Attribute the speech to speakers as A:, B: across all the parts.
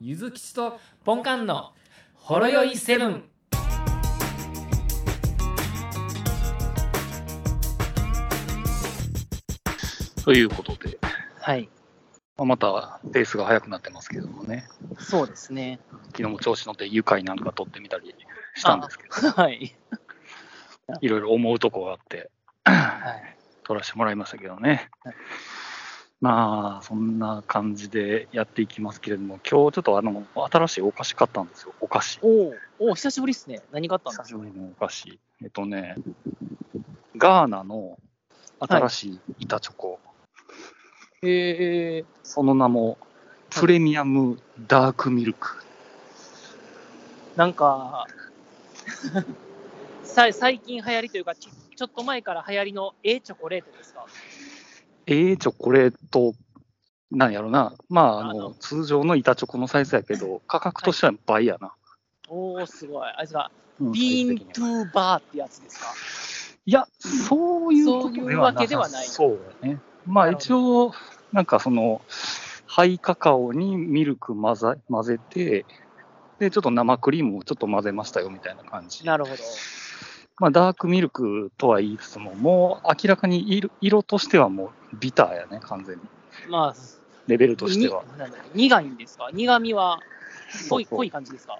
A: ゆずきちとポンカンのほろよいセブン。
B: ということで、
C: はい、
B: まあまたペースが速くなってますけどもね、
C: そうですね。
B: 昨日も調子乗って愉快なんか撮ってみたりしたんですけど、
C: はい。
B: いろいろ思うとこがあって、
C: はい。
B: 撮らせてもらいましたけどね
C: はい。
B: まあ、そんな感じでやっていきますけれども、今日ちょっとあの、新しいお菓子買ったんですよ、お菓子。
C: おお、おお、久しぶりですね。何があったんで
B: 久
C: す
B: しぶりのお菓子。えっとね、ガーナの新しい板チョコ、
C: か。へえ
B: その名も、プレミアムダークミルク。
C: なんか。 さ最近流行りというかちょ、ちょっと前から流行りの A チョコレートですか。
B: ええチョコレート、なんやろな、まあ、あ
C: あ
B: の
C: の
B: 通常の板チョコのサイズやけど、価格としては倍やな。
C: おお、すごい。あいつが、
B: うん
C: ビー
B: サイズ
C: ン
B: 的に
C: ト
B: は
C: ゥーバーってやつですか。
B: いや、そういうことで
C: そ
B: はな
C: ういうわけではない
B: そうだね。まあ、
C: なるほ
B: 一応、なんかその、ハイカカオにミルク混ぜ混ぜて、で、ちょっと生クリームをちょっと混ぜましたよみたいな感じ。
C: なるほど。
B: まあ、ダークミルクとは言いつつも、もう明らかに色色としてはもうビターやね、完全に。
C: まあ、
B: レベルとしては。
C: になんだろう苦いんですか。苦味は濃い
B: そうそう
C: 濃い感じですか。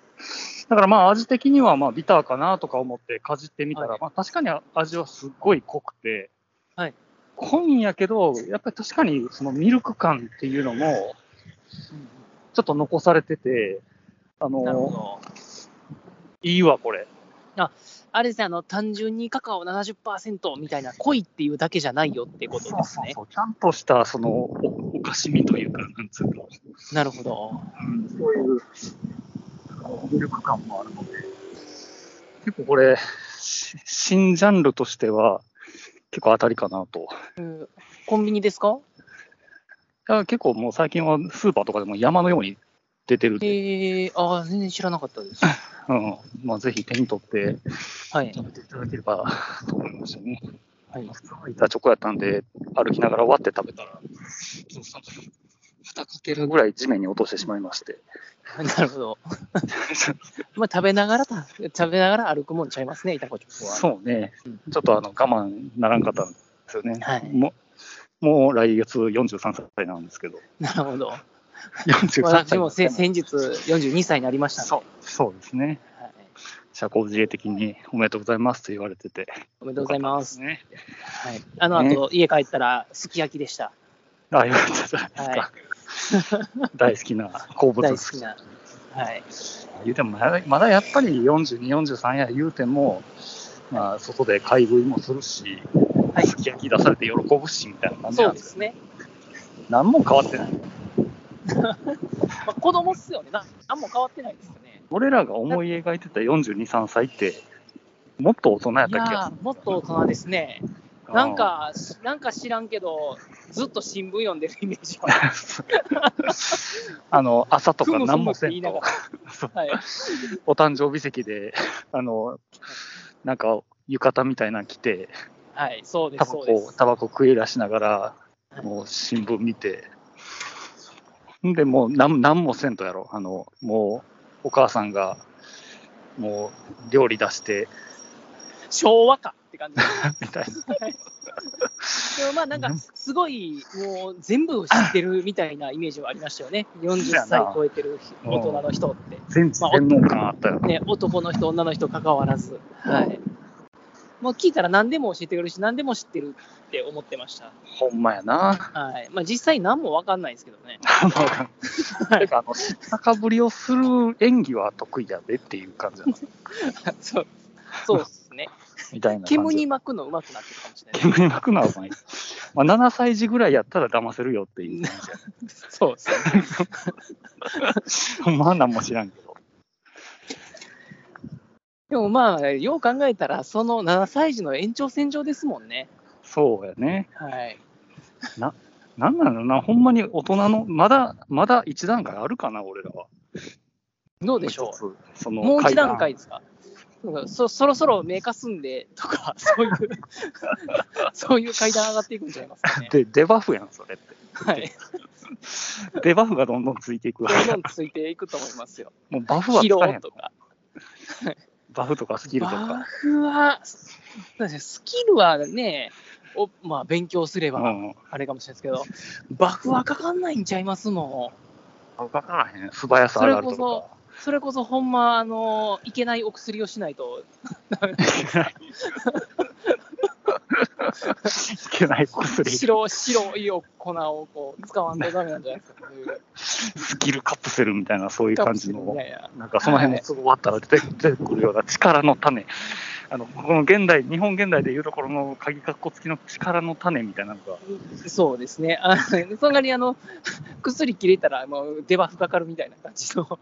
B: だからまあ味的にはまあビターかなとか思ってかじってみたら、
C: はい
B: まあ確かに味はすっごい濃くて、
C: はい
B: 濃いんやけど、やっぱり確かにそのミルク感っていうのもちょっと残されてて、あ
C: なるほ
B: の、
C: ど。
B: いいわこれ。
C: あれですね、あの単純にカカオ70%みたいな濃いっていうだけじゃないよってことですね。
B: そうそうそうちゃんとしたそのおおかしみというか、なんつうか、
C: なるほど。
B: うんそういうあのミルク感もあるので、結構これ、し新ジャンルとしては結構当たりかなと。
C: コンビニですか
B: いや結構もう最近はスーパーとかでも山のように出てるんで、
C: えー、ああ、全然知らなかったです。
B: うんまあ、ぜひ手に取って
C: はい。
B: 食べていただければと思いましたね。
C: はい
B: 板チョコやったんで、歩きながら割って食べたら、ちょっと2かけらぐらい地面に落としてしまいまして、
C: なるほ ど。まあ、食べながらた、食べながら歩くもんちゃいますね、板子チョコは。
B: そうね
C: うん、
B: ちょっとあの我慢ならんかったんですよね。
C: はい
B: ももう来月43歳なんですけど、
C: なるほど。
B: 43歳
C: 私もせ先日42歳になりました、ね。
B: そうそうですね、
C: はい。
B: 社交辞令的におめでとうございますと言われてて、
C: おめでとうございます。
B: ね。
C: はい。あの
B: ね
C: 後、家帰ったら、すき焼きでした。
B: あ、よかったじゃないですか。 大好きな好物
C: 大
B: で
C: 好
B: す
C: きな。はい。
B: 言うてもまだ、まだやっぱり42、43や言うても、まあ、外で買い食いもするし、
C: はい
B: すき焼き出されて喜ぶしみたいな感じ
C: そ
B: な
C: うんで
B: です
C: ね。
B: 何も変わってない。
C: まあ、子供っすよね。な何も変わってないですよね。
B: 俺らが思い描いてた42、3歳って、もっと大人やっ
C: い
B: た気が
C: や
B: す
C: ー、もっと大人ですね。
B: る。
C: なんか、なんか知らんけど、ずっと新聞読んでるイメージは。
B: うん、 あの、朝 とか
C: ふむふ
B: 何
C: む
B: も
C: って
B: せ
C: 言い
B: ん
C: なが
B: と、
C: ら。はい。
B: お誕生日席で、あの、なんか、浴衣みたいなの着て、
C: はい、そうで
B: タ
C: す、そ
B: バ
C: うで
B: コ、
C: す。
B: タバコ食い出しながら
C: は、い
B: もう新聞見て、んで、もうなんなんもせんとやろ、あの、もうお母さんが、もう料理出して、
C: 昭和かって 感じで
B: みたいな。
C: す。でもまあなんか、すごい、もう全部を知ってるみたいなイメージはありましたよね。40歳超えてる
B: うん
C: 大人の人って。
B: 全知全能感あったよ。
C: ね、男の人、女の人関わらず。はい。もう聞いたら何でも教えてくれるし、何でも知ってるって思ってました。
B: ほんまやな。
C: はい。まあ実際何もわかんないですけどね。
B: あの、てか、あの、知ったかぶりをする演技は得意やでっていう感じやな
C: そう。そうです ね。
B: みたいな感じ。
C: 煙に巻くの上手くなってるかもしれない。
B: 煙巻くのはうまい。まあ、7歳児ぐらいやったら騙せるよっていう感じや
C: そうですね。
B: な。ほんまあ、なんも知らんけど。
C: でもまあ、よう考えたら、その7歳児の延長線上ですもんね。
B: そうやね。
C: はい。
B: なんなのな、ほんまに大人の、まだ、まだ一段階あるかな、俺らは。
C: どうでしょ
B: う。そうの
C: もう一段階
B: 階
C: ですかなんかそそろそろ目かす んでとか、そういう、そういう階段上がっていくんちゃいますかね
B: 段。で、デバフやん、それって。
C: はい。
B: デバフがどんどんついてい くわけ
C: ど
B: だ
C: んどんついていくと思いますよ。
B: もうバフは
C: 疲
B: 使えへ
C: 労
B: ん。
C: とか。
B: バフとかスキルと
C: バ
B: か。
C: フは、そうですねスキルはね、おまあ、勉強すれ
B: う
C: ば
B: ん。
C: あれかもしれないですけど、バフはかかんないんちゃいますも
B: バフかからへん。素早さ上がる
C: それことん。それこそほんま、あの、いけないお薬をしないと、
B: か。いけない薬。
C: 白、白いお粉をこう使わんとダメなんじゃないですか。そういう
B: スキルカプセルみたいな、そういう感じの
C: い。やいや
B: なんかその辺もすごいあったら出て出てくるような力の種。あの、この現代、日本現代でいうところの鍵括弧付きの力の種みたいなのが。
C: そうですね。あその代わり、あの、薬切れたら、もう、デバフかかるみたいな感じの。は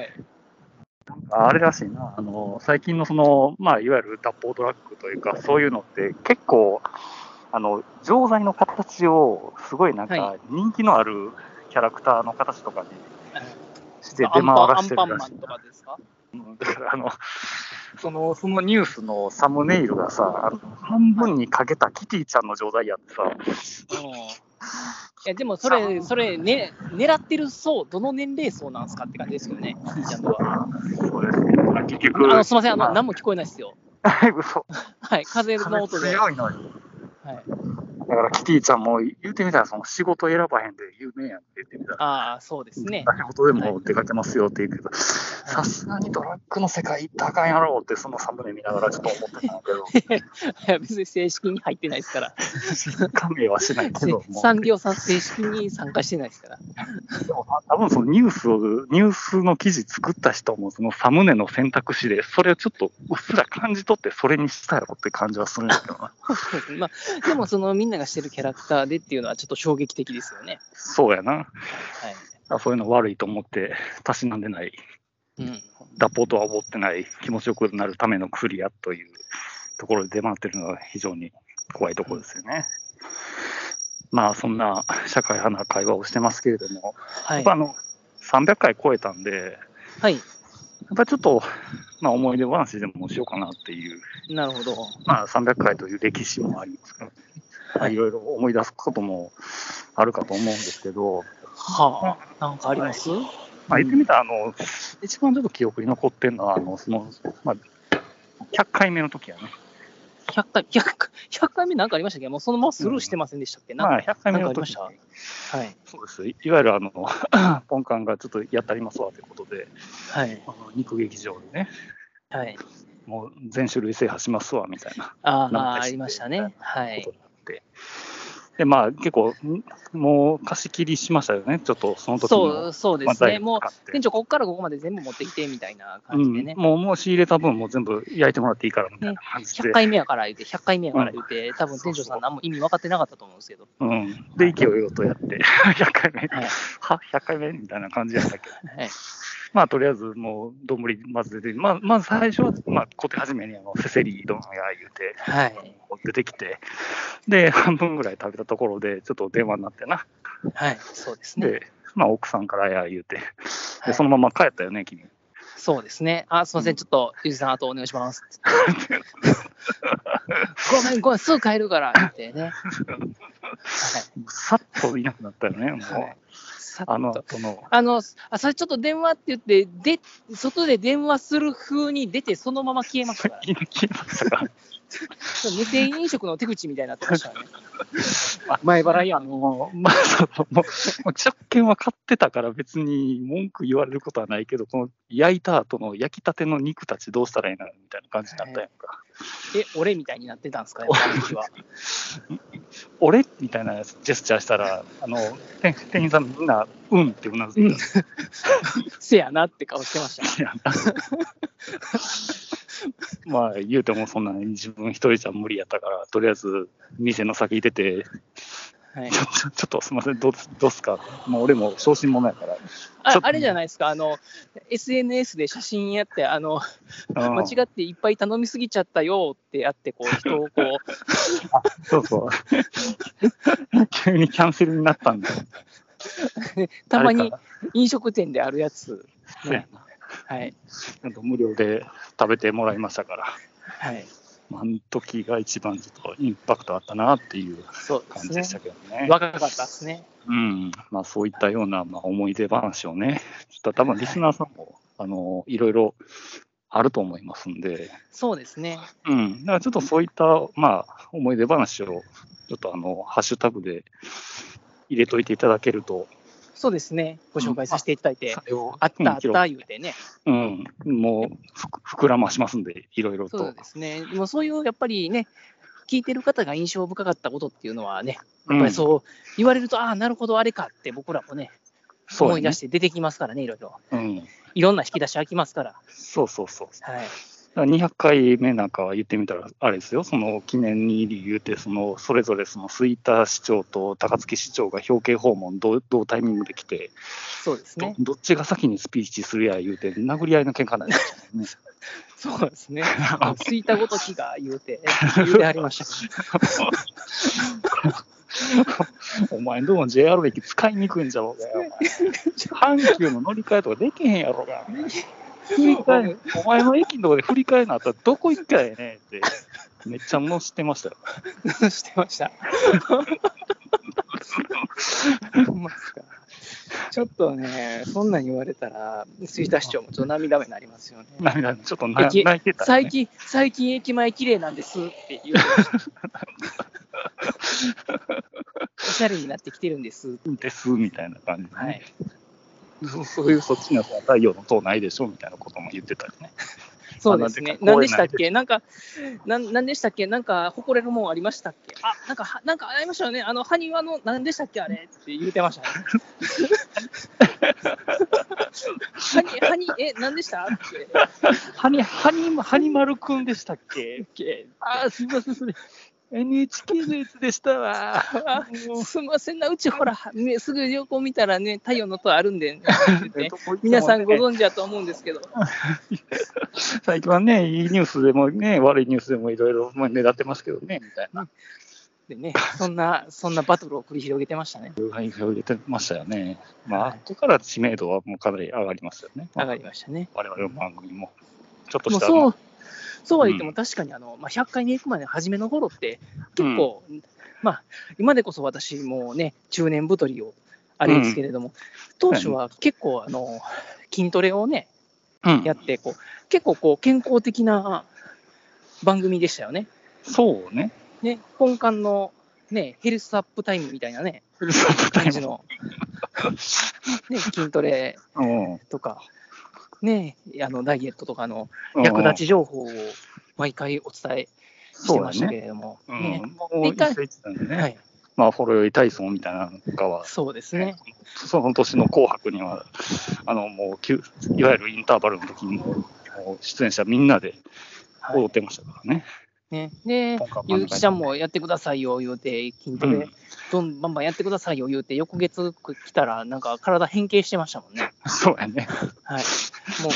C: い。
B: あれらしいな、あの最近のその、まあ、いわゆる脱法ドラッグというか、そういうのって結構、あの錠剤の形をすごいなん
C: は
B: か人気のあるキャラクターの形とかにして
C: ア
B: 出
C: ン
B: 回
C: パン
B: ら
C: ア
B: し
C: ン
B: て
C: パ
B: る
C: ン
B: ら
C: マ
B: しい
C: ンとかですか
B: だからあのそのそのニュースのサムネイルがさ、あの半分にかけたキティちゃんの錠剤やってさ、
C: うんいやでもそれ、それ、ね、狙ってる層、どの年齢層なんですかって感じですよね、キティちゃんとは。
B: そうですね、まあ結
C: あ
B: 局、
C: のすみません、あ
B: ま
C: の何も聞こえないですよ。
B: 嘘
C: はい、風の音で。は
B: 強いのよ。
C: い、
B: だからキティちゃんも言ってみたら、その仕事選ばへんで有名やんって言ってみたら。
C: ああ、そうですね。
B: 仕事でも出かけますよって言うけど、さすがにドラッグの世界行ったらあかんやろうって、そのサムネ見ながらちょっと思ってたんだけ
C: いや 別に正式に入ってないですから。
B: ど、加盟はしない けど、もう
C: サンリオさん正式に参加してないですから。
B: でも多分そのニュースを、ニュースの記事作った人も、そのサムネの選択肢で、それをちょっとうっすら感じ取って、それにしたやろって感じはするんだけどな。
C: そうですねまあ、でもそのみんながしてるキャラクターでっていうのはちょっと衝撃的ですよね。
B: そうやな。
C: はい。
B: そういうの悪いと思って、たしなんでない、
C: うん。
B: 脱法とは思ってない、気持ちよくなるための薬やというところで出回ってるのは非常に怖いところですよね。まあそんな社会派な会話をしてますけれども、
C: は
B: やっ
C: い。
B: ぱあの300回超えたんで、
C: はい。
B: やっぱりちょっと、まあ、思い出話でもしようかなっていう、
C: なるほど。
B: まあ、300回という歴史もありますから、まあいろいろ思い出すこともあるかと思うんですけど、
C: はあ。なんかあります、
B: まあ、言ってみたらあの、一番ちょっと記憶に残ってるのはあのその、まあ、100回目の時やね。
C: 100回、100回、100回目なんかありましたっけもうそのままスルーしてませんでしたっけ、なんか
B: まあ、100回目の時に
C: なんかありはい。
B: そうですいいわゆるあの ポンカンがちょっとやったりますわということで、
C: はい。
B: あの肉劇場でね、
C: はい。
B: もう全種類制覇しますわみたいな
C: あ
B: なん
C: あ、
B: か
C: あ
B: して
C: りましたね。は
B: こ
C: い
B: と。になって、でまあ、結構、んもう貸し切りしましたよね、ちょっとその時
C: そう、
B: の
C: そうで
B: まあ
C: す
B: 材
C: ね。
B: 料
C: もう、
B: 使って
C: 店長、ここからここまで全部持ってきて、みたいな
B: う
C: 感じで
B: ん
C: ね。
B: もうもう仕入れた分、もう全部焼いてもらっていいからみたいな感じで、
C: 100回目やから言うて、100回目やから言うて、多分店長
B: そうそ
C: さ
B: うん
C: 何も意味分かってなかったと思うんですけど。
B: うん、で、息をよとやって、100回 目、
C: はい。
B: は100回目みたいな感じやったけど、
C: はい。
B: まあ、とりあえずもう、丼まず出て、まあ、まず最初は、まあ、小手始めにあのせせり丼や言うて、
C: はい。
B: 出てきて、で、 半分ぐらい食べたところで、ちょっと電話になってな。
C: はい。そうですね。
B: で、まあ、奥さんからや言うて、
C: は
B: で
C: い
B: そのまま帰ったよね、君。
C: そうですね。あ、すみません。ちょっと、ゆうじさん、あとお願いし ます。ごめん、ごめん、すぐ帰るから、ってね。
B: さっといなくなったよね、もう。
C: はい。さっと
B: あの、その、
C: あの、あ、それちょっと電話って言って、で、外で電話する風に出て、そのまま消えました から、ね。
B: 気に消えました が、
C: 無銭飲食の手口みたいになってましたよね。
B: 前払いあの、まあ、その、もう、もう着券は買ってたから別に文句言われることはないけど、この焼いた後の焼きたての肉たちどうしたらいいのみたいな感じになったやんか。
C: え、俺みたいになってたんですかね、あの時は。
B: 俺みたいなジェスチャーしたら、あの、店店員さんみんな、うんってうなずいた。
C: せやなって顔してました。
B: いやまあ言うてもそんなに自分一人じゃ無理やったからとりあえず店の先出て
C: はい
B: ちょちょちょっとすみませんどうすどうすかもう俺も昇進者やからちょ
C: あ
B: っと
C: あれじゃないですか、あの、SNS で写真やって、あの、
B: うん
C: 間違っていっぱい頼みすぎちゃったよってあって、こ う、人をこう、
B: そうそう 急にキャンセルになったんだよ
C: たま
B: あれ
C: に
B: か
C: 飲食店であるやつ。
B: そうやな
C: はい。
B: ちゃんと無料で食べてもらいましたから
C: はい。
B: まああの時が一番ちょっとインパクトあったなっていう
C: そうで
B: 感
C: す
B: じで
C: ね
B: し。たけどね。
C: 若かったですね。
B: うん、まあそういったような、まあ、思い出話をね、 ちょっと多分リスナーさんも、あのいろいろあると思いますんで、
C: そうですね。
B: うん、だからちょっとそういった、まあ、思い出話を、ちょっとあのハッシュタグで入れといていただけると、
C: そうですね。ご紹介させていただいて、
B: それを
C: あったあっ
B: うん
C: た言うてね。
B: うん、もうふく膨らましますんで、いろいろ
C: そう
B: と。
C: ですね。でもそういうやっぱりね、聞いてる方が印象深かったことっていうのはね、
B: う
C: やっぱ
B: ん
C: りそう言われると、ああ、なるほど、あれかって僕らもね、
B: そう
C: 思
B: や
C: い
B: ね
C: 出して出てきますからね、いろいろ。
B: うん、
C: いろんな引き出し開きますから。
B: そうそうそう。
C: はい。
B: だから200回目なんかは言ってみたら、あれですよ、その記念に言うて、そのそれぞれその吹田市長と高槻市長が表敬訪問同、同タイミングで来て、
C: そうです
B: ど
C: ね。
B: どっちが先にスピーチするや言うて、殴り合いの喧嘩なんです よね。
C: そうです ね。ついたごときが言うて、言うてありました。
B: お前どうも JR 駅使いにくいんじゃろうがよ、お前阪急の乗り換えとかできへんやろうが。振り返るお前の駅のとこで振り返るのあったらどこ行ったらええねんって、めっちゃ罵してましたよ。
C: してました。ほんまっすかちょっとね、そんなん言われたら、吹田市長もちょっと涙目になりますよね。
B: 涙ちょっとな泣
C: 駅
B: いてた、ね。
C: 最近、最近駅前綺麗なんですって 言う。おしゃれになってきてるんです。
B: ですみたいな感じで、ね
C: はい。
B: そう そういうそっちの太陽の塔ないでしょみたいなことも言ってたりね。
C: そうですね。
B: あな
C: 何
B: ん
C: で
B: で
C: し
B: か
C: たっけなんか、なんなんでしたっけなんか、誇れるもんありましたっけあ、なんか、はなんかありましたよね。あの、埴輪の、なんでしたっけあれって言うてましたね。 埴、埴、え、なんでしたって。
B: ハニ、ハニ、ハニマルくんでしたっけ
C: け
B: ああ、すみません、それ。NHK のやつでしたわ。
C: あすみませんな、うちほら、ねすぐ横見たらね、太陽の塔あるん で、ねって言って皆さんご存知だと思うんですけど、
B: 最近はね、いいニュースでもね、悪いニュースでもいろいろまあ目立ってますけどね、みたいな。
C: でね、そんな、そんなバトルを繰り広げてましたね。
B: はい、広げてましたよね。まあ、
C: はい
B: あとから知名度はもうかなり上がりますよね。
C: 上がりましたね。
B: 我々の番組も。ちょっと
C: も
B: し
C: う
B: た
C: そうそうは言っても、
B: うん
C: 確かにあの、まあ、100回に行くまでの初めの頃って、結構、まあ、今でこそ私、もうね、中年太りをあれですけれども、当初は結構あの、筋トレをね、
B: うん
C: やってこう、結構こう健康的な番組でしたよね。
B: そうね。
C: ね本館の、ね、ヘルスアップタイムみたいなね、
B: ふるさと
C: 感
B: 大
C: じ
B: の。
C: の、 ね、筋トレ
B: うん
C: とか、ね、あのダイエットとかの
B: うん
C: 役立ち情報を毎回お伝えしてましたけれども、
B: うん
C: ね
B: もう一回言ってたんでね、
C: はい、
B: まあ、ホロ酔い体操みたいなのとかは、
C: そうですね、
B: その年の紅白には、あのもうきゅいわゆるインターバルの時にも、もう出演者みんなで
C: は
B: 踊っ
C: い
B: てましたからね。
C: ねで
B: 今回は真ん中に
C: ゆうきちゃんもやってくださいよ言うて、筋ト
B: う
C: レ
B: ん、
C: どんバンバンやってくださいよ言うて、翌月来たら、なんか体変形してましたもんね。
B: そうやね。
C: はい、 もう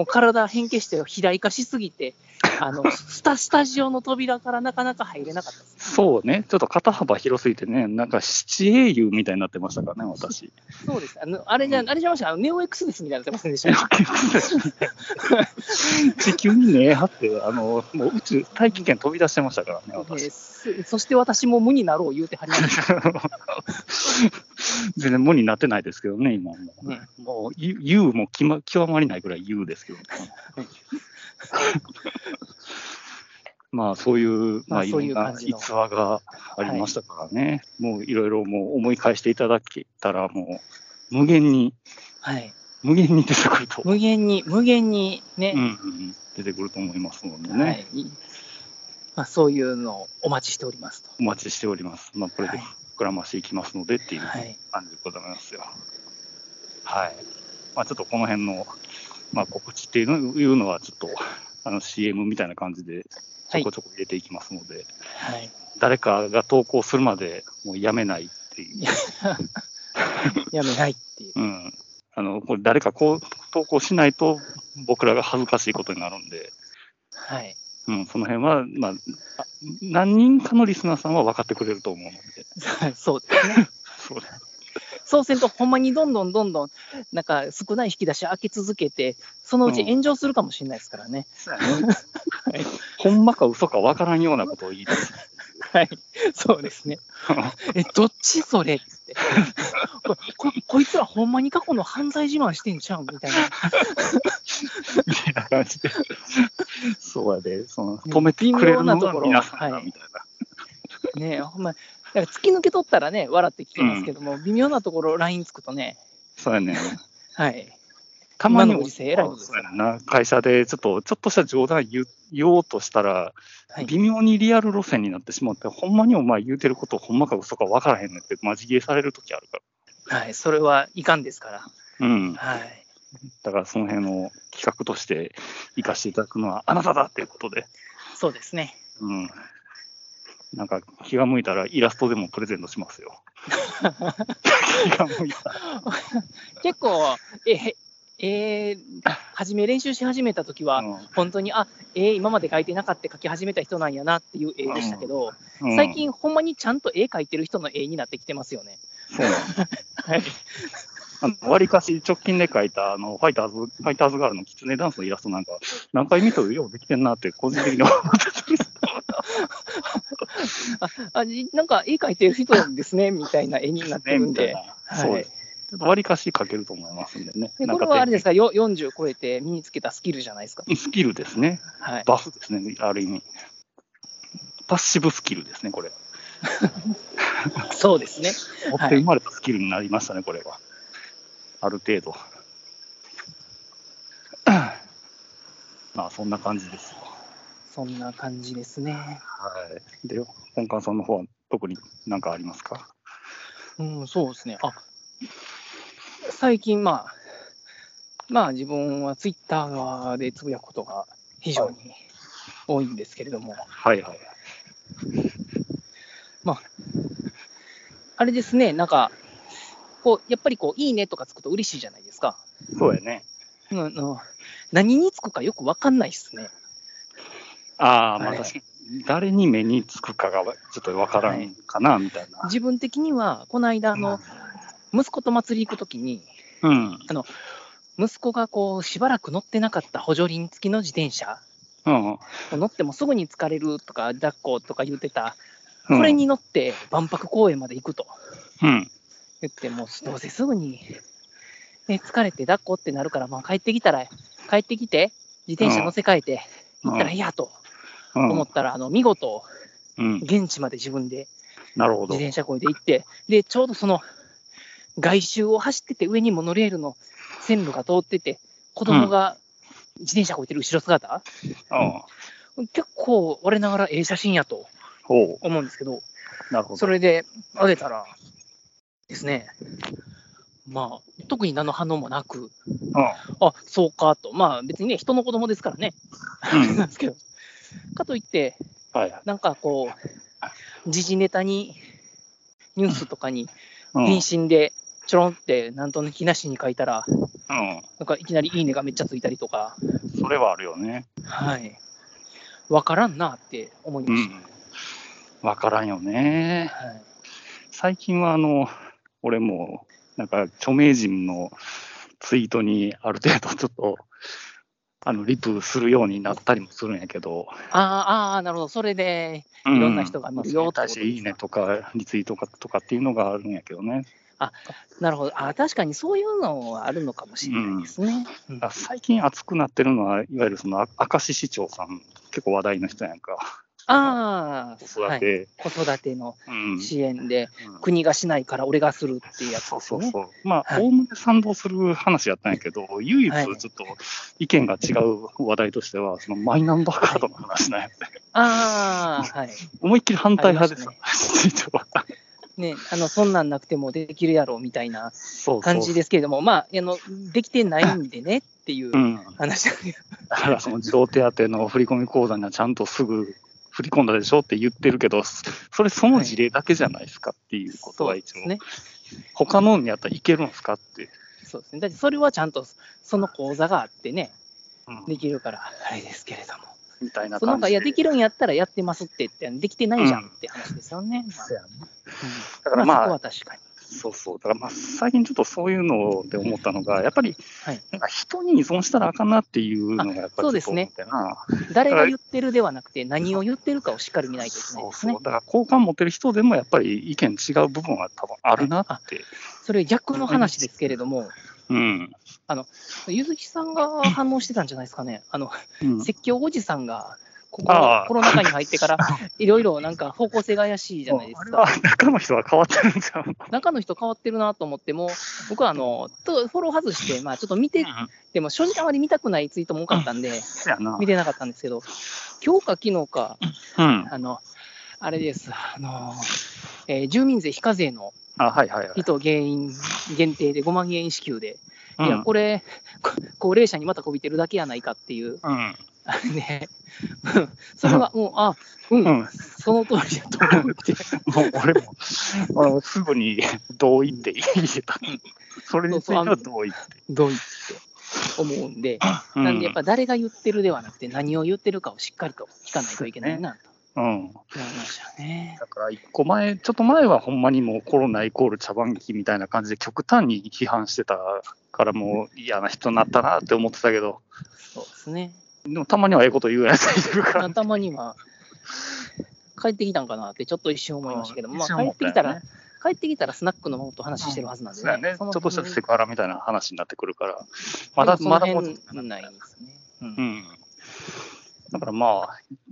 C: もう体変形して、肥大化しすぎてあのスタ、スタジオの扉からなかなか入れなかったです。
B: そうね。ちょっと肩幅広すぎてね、なんか七英雄みたいになってましたからね、私。
C: そうです。あのあれじゃ、あれじゃました。あのネオ X ですみたいになってませんでした。
B: 地球にねえはって、あの、もう宇宙、大気圏飛び出してましたからね、
C: えー
B: 私。
C: そそして私も無になろう言うてはりました。
B: 全然無になってないですけどね、今もう。
C: ね
B: もう、ゆ U もきま極まりないぐらい U ですけど、ね。まあ、そういう、ま
C: まあ
B: あ、い
C: そ
B: ろ
C: うい
B: ん
C: う
B: な
C: 感じの
B: 逸話がありましたからね。もう、いろいろもう思い返していただけたら、もう、無限に、
C: はい。
B: 無限に出てくると。
C: 無限に、無限に
B: うん
C: ね。
B: うん、出てくると思いますのでね、
C: はい。まあ、そういうのをお待ちしておりますと。
B: お待ちしております。まあ、これで
C: はい
B: 膨らましていきますのでっていう
C: はい。
B: 感じでございますよ。はい。まあ、ちょっとこの辺の、まあ、告知っていうのいうのは、ちょっと、あの、CM みたいな感じで、ち
C: は
B: ょ
C: い
B: こ。ちょこ入れていきますので、
C: はい、
B: 誰かが投稿するまでもうやめないっていう。
C: やめないっていう。
B: うん。あの、これ誰かこう投稿しないと、僕らが恥ずかしいことになるんで、
C: はい。
B: うん、その辺は、まあ、あ何人かのリスナーさんは分かってくれると思うので、
C: そうですね。
B: そうだ
C: そうせんと、ほんまにどんどんどんどん、なんか少 ない引き出し開け続けて、そのうち炎上するかもしれないですからね。
B: そうやねほんまか嘘かわからんようなことを言い出す。
C: はい、そうですね。 え、どっちそれってここ。こいつらほんまに過去の犯罪自慢してんちゃうみたいな。
B: みたいな感じで。そうやで、その止めてくれるのが皆さんだみたいな。
C: ねえ、ほんま、なんか突き抜けとったらね、笑って聞きますけども、微妙なところ、ラインつくとね、
B: そうやね。
C: はい。
B: たまに
C: 今のご時世偉いことです
B: そう
C: か
B: やな会社でちょっと、ちょっとした冗談言う言おうとしたら、
C: はい、
B: 微妙にリアル路線になってしまって、ほんまにお前言うてることほんまか嘘か分からへんねんって、マジゲーされる時あるか
C: はい、それはいかんですから。
B: ら。うん。
C: はい。
B: だからその辺の企画として生かしていただくのはあなただっていうことで、
C: そうですね。
B: うん。なんか気が向いたらイラストでもプレゼントします よ。気が向いたら。
C: 結構、えへ、えー、初め練習し始めたときは、
B: うん
C: 本当に、あ、えー今まで描いてなかった描き始めた人なんやなっていう絵でしたけど、
B: うん
C: 最近ほんまにちゃんと絵描いてる人の絵になってきてますよね。
B: そう
C: はい。
B: わりかし直近で描いたあのファイターズ、ファイターズガールのキツネダンスのイラストなんか、何回見てるようできてんなって、個人的に思ってたんです
C: あ、じなんか絵描いてる人です ね、みたいな絵になって
B: ね、
C: るん
B: みたい
C: で。
B: な。
C: はい
B: そうです。ちょっとわりかし描けると思いますんでね。
C: で
B: なん
C: こ
B: か
C: れはあれですか、よ40超えて身につけたスキルじゃないですか。
B: スキルですね。
C: はい。
B: バフですね、ある意味。パッシブスキルですね、これ。
C: そうですね。
B: 持って生まれたスキルになりましたね、これは。ある程度。 まあ、そんな感じですよ。
C: そんな感じですね。
B: はい。で、本館さんの方は特に何かありますか
C: うん、そうですね。あ、最近、まあ、まあ自分はツイッターでつぶやくことが非常に多いんですけれども、
B: はいはい。
C: あれですね、なんか、こう、やっぱりこう、いいねとかつくと嬉しいじゃないですか。
B: そうやね。
C: うん、うん何につくかよくわかんないっすね。
B: ああ、まあ
C: はい
B: 確かに、誰に目につくかがちょっとわからんかな、みたいな。
C: 自分的には、この間、あの、息子と祭り行くときに、
B: うん。
C: 息子がこう、しばらく乗ってなかった補助輪付きの自転車、
B: うん。うん
C: 乗ってもすぐに疲れるとか、抱っことか言ってたこれ。に乗って万博公園まで行くと
B: うん。
C: 言って、もうどうせすぐに、ね、疲れて抱っこってなるから、まあ、帰ってきたら、帰ってきて、自転車乗せ替えて、
B: うん
C: 行ったらいいやと
B: うん
C: 思ったら、あの見事、
B: うん。
C: 現地まで自分で
B: なるほ
C: 自
B: ど。
C: 転車こいで行って、で、ちょうどその外周を走ってて、上にモノレールの線路が通ってて、子供が自転車こいてる後ろ姿、
B: うん。
C: 結構、我ながらええ写真やと
B: ほ
C: 思うんですけど、
B: う。なるほど。
C: それで上げたらですね、まあ、特に何の反応もなく、
B: う
C: あそうかと、まあ別にね、人の子供ですからね、なん
B: ん。うん
C: ですけど、かといって、
B: はい。
C: なんかこう、時事ネタに、ニュースとかに、
B: うん。
C: 妊娠でちょろんって、なんとなきなしに書いたら、
B: うん。
C: なんかいきなりいいねがめっちゃついたりとか、
B: それはあるよね。
C: はい、わからんなって思いうまし
B: ん。わからんよね
C: た。。はい
B: 最近は、あの、俺も、なんか、著名人のツイートにある程度ちょっと、あの、リプするようになったりもするんやけど、
C: あーあー、なるほど、それで、
B: い
C: ろんな人が見るよってこと
B: 対
C: で
B: し
C: すか
B: ていいねとか、リツイートとかとかっていうのがあるんやけどね。
C: なるほど、あー確かにそういうのはあるのかもしれないですね。うん
B: あ最近熱くなってるのは、いわゆるその、あ明石市長さん、結構話題の人やんか。
C: ああ、
B: 子育
C: はい
B: て。
C: 子育ての
B: うん
C: 支援で、
B: うん
C: 国がしないから俺がするっていうやつ
B: そう
C: です
B: そ
C: よ
B: う
C: ね。
B: そう。まあ、
C: はい
B: おおむね賛同する話やったんやけど、唯一
C: はい
B: ちょっと意見が違う話題としては、そのマイナンバーカードの話なんやって。
C: ああ、はい。
B: 思いっきり反対派ですよ
C: あり、
B: 市長は。
C: ね、あの、そんなんなくてもできるやろみたいな
B: そうそう。
C: 感じですけれども、まあ、あの、できてないんでねっていう
B: うん。
C: 話。
B: だから、その児童手当の振込口座にはちゃんとすぐ振り込んだでしょって言ってるけど、それその事例だけじゃないですかっていうことは一
C: そう
B: 応、
C: ですね。
B: 他のにやったらいけるんですかって。
C: そうですね。だってそれはちゃんと、その講座があってね、
B: うん
C: できるから、あれですけれども。
B: みたいな
C: そのな
B: 感
C: んか、
B: じで。
C: いや、できるんやったらやってますって言って、できてないじゃんって話ですよね。まあ
B: そうやね
C: うん
B: だから
C: まあ、そ
B: ま
C: こ
B: あ
C: は、確かに。
B: そうそう、だからまあ最近ちょっとそういうので思ったのが、やっぱり
C: はい、
B: なんか人に依存したらあかんなっていうのが、やっぱりちょっと
C: あそうですね
B: 思ったな
C: 誰が言ってるではなくて、何を言ってるかをしっかり見ないといけない
B: そう
C: です
B: そう、
C: ね
B: だ。から好感持ってる人でもやっぱり意見違う部分は多分あるなって、
C: それ逆の話ですけれども、
B: うん、
C: ゆずきさんが反応してたんじゃないですかね。あの、
B: うん
C: 説教おじさんが、ここ
B: ああ
C: コロナ禍に入ってから、いろいろなんか方向性が怪しいじゃないです
B: あ
C: か。
B: れは中の人は変わってるんじゃん。
C: 中の人変わってるなと思って も、僕はあの、とフォロー外して、まあちょっと見て、でも正直あまり見たくないツイートも多かったんで、
B: そやな
C: 見。てなかったんですけど、今日か昨日か、
B: うん。
C: あの、あれです、あの、えー住民税非課税の
B: あ、はいはいはい。
C: 人原因限定で5万円支給で、
B: うん
C: いや、これ、こ高齢者にまたこびてるだけやないかっていう、
B: うん。
C: あれね、うんそれはもう、あ、うん、
B: うん
C: その通りだと思って、
B: もう俺も、俺もすぐに同意って言えた。それについては同意って。
C: どういって思うんで、なんでやっぱ誰が言ってるではなくて、何を言ってるかをしっかりと聞かないといけないなと
B: うん。
C: 思いましたね。
B: だから一個前、ちょっと前はほんまにもうコロナイコール茶番劇みたいな感じで極端に批判してたからもう嫌な人になったなって思ってたけど、
C: そうですね。
B: でもたまにはええこと言うやついるから。
C: 頭には帰ってきたんかなってちょっと一瞬思いましたけど、まあ、
B: 一
C: 帰
B: 瞬思
C: って
B: よ
C: き
B: ね
C: たら、帰ってきたらスナックのママと話してるはずなんで
B: そうやね。ちょ
C: そ
B: っ
C: の
B: としたセ
C: 辺
B: クハラみたいな話になってくるから、まだ、
C: でも
B: ま
C: そ
B: だ
C: の
B: もう
C: 辺
B: ちょっと
C: ないですね。うん
B: うん。だからまあ、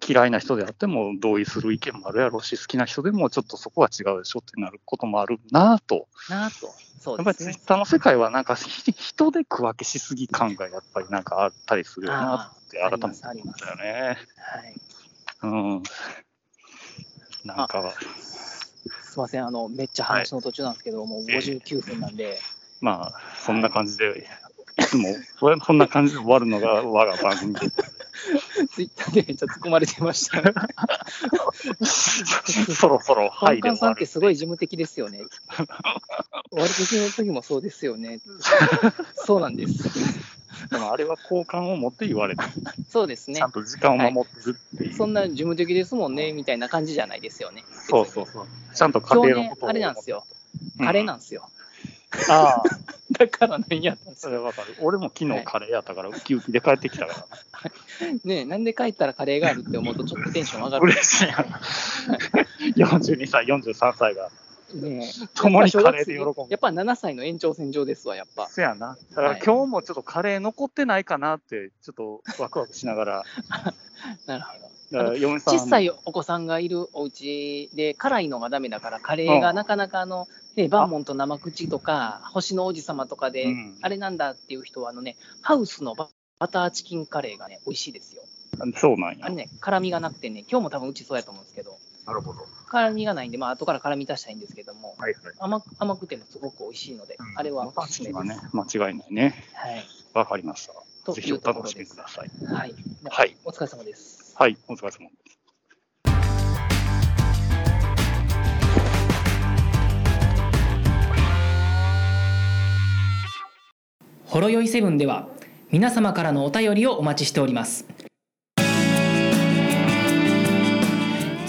B: 嫌いな人であっても同意する意見もあるやろうし、好きな人でもちょっとそこは違うでしょってなることもあるなぁと。
C: なあと、そ
B: や
C: う
B: っぱ
C: です
B: りツイ
C: ね。
B: ッターの世界はなんかひ人で区分けしすぎ感がやっぱりなんかあったりするよなって
C: あー
B: 改めて
C: あり
B: 思っ
C: ます
B: たよね。
C: はい、
B: うん。なんか、
C: すみませんあの、めっちゃ話の途中なんですけど、もう59分なんで、
B: まあ、そんな感じで、いつもそそんな感じで終わるのが我が番 組で。
C: ツイッターでめっちゃ突っ込まれてました。
B: そろそろ、は
C: 本
B: い
C: 館
B: で終
C: さん
B: わ
C: って
B: る。
C: すごい事務的ですよね。 割と時の時もそうですよね。そうなんです。
B: でもあれは好感を持って言われて
C: そうですね
B: ちゃ。んと時間を守ってるっていう。
C: そんな事務的ですもんね、みたいな感じじゃないですよね。
B: そうそうそう。ちゃんと家
C: 今日
B: 庭の
C: ね
B: こ、とを。
C: あれなんですよ。
B: うん
C: カレーなんですよ。
B: ああ、
C: だから何やったんです
B: そ
C: よ。
B: れわかる。俺も昨日カレーやったから、ウキウキで帰ってきたか
C: ねえなんで帰ったらカレーがあるって思うとちょっとテンション上
B: ら。
C: が る。
B: 嬉しいやん。42歳、43歳が。
C: ねえ
B: 共にカレーで喜ぶ。
C: やっぱ7歳の延長線上ですわ、やっぱ。
B: そやな。だから今日もちょっとカレー残ってないかなって、ちょっとワクワクしながら。
C: なるほど。
B: だから嫁さん
C: 小
B: も
C: さいお子さんがいるお家で辛いのがダメだからカレーがなかなかあの、ね、バーモント生口とか星の王子様とかで、
B: うん
C: あれなんだっていう人はあのねハウスのババターチキンカレーがね美味しいですよ
B: そうなんや
C: あれ。ね辛みがなくてね今日も多分うちそうやと思うんですけど
B: なるほど。
C: 辛みがないんでまあ後から辛み足したいんですけども
B: はいはい。
C: 甘く甘くてもすごく美味しいので、あれはおすすめ
B: は
C: です、
B: ね、間違いないね。
C: はい、
B: わかりました。
C: と
B: ぜ
C: い
B: ひお
C: うところ
B: 楽
C: で
B: しみく
C: す
B: ださい。
C: はい、
B: はい、
C: お疲れ様です
B: はい、お疲れ様。
A: ほろよいセブンでは皆様からのお便りをお待ちしております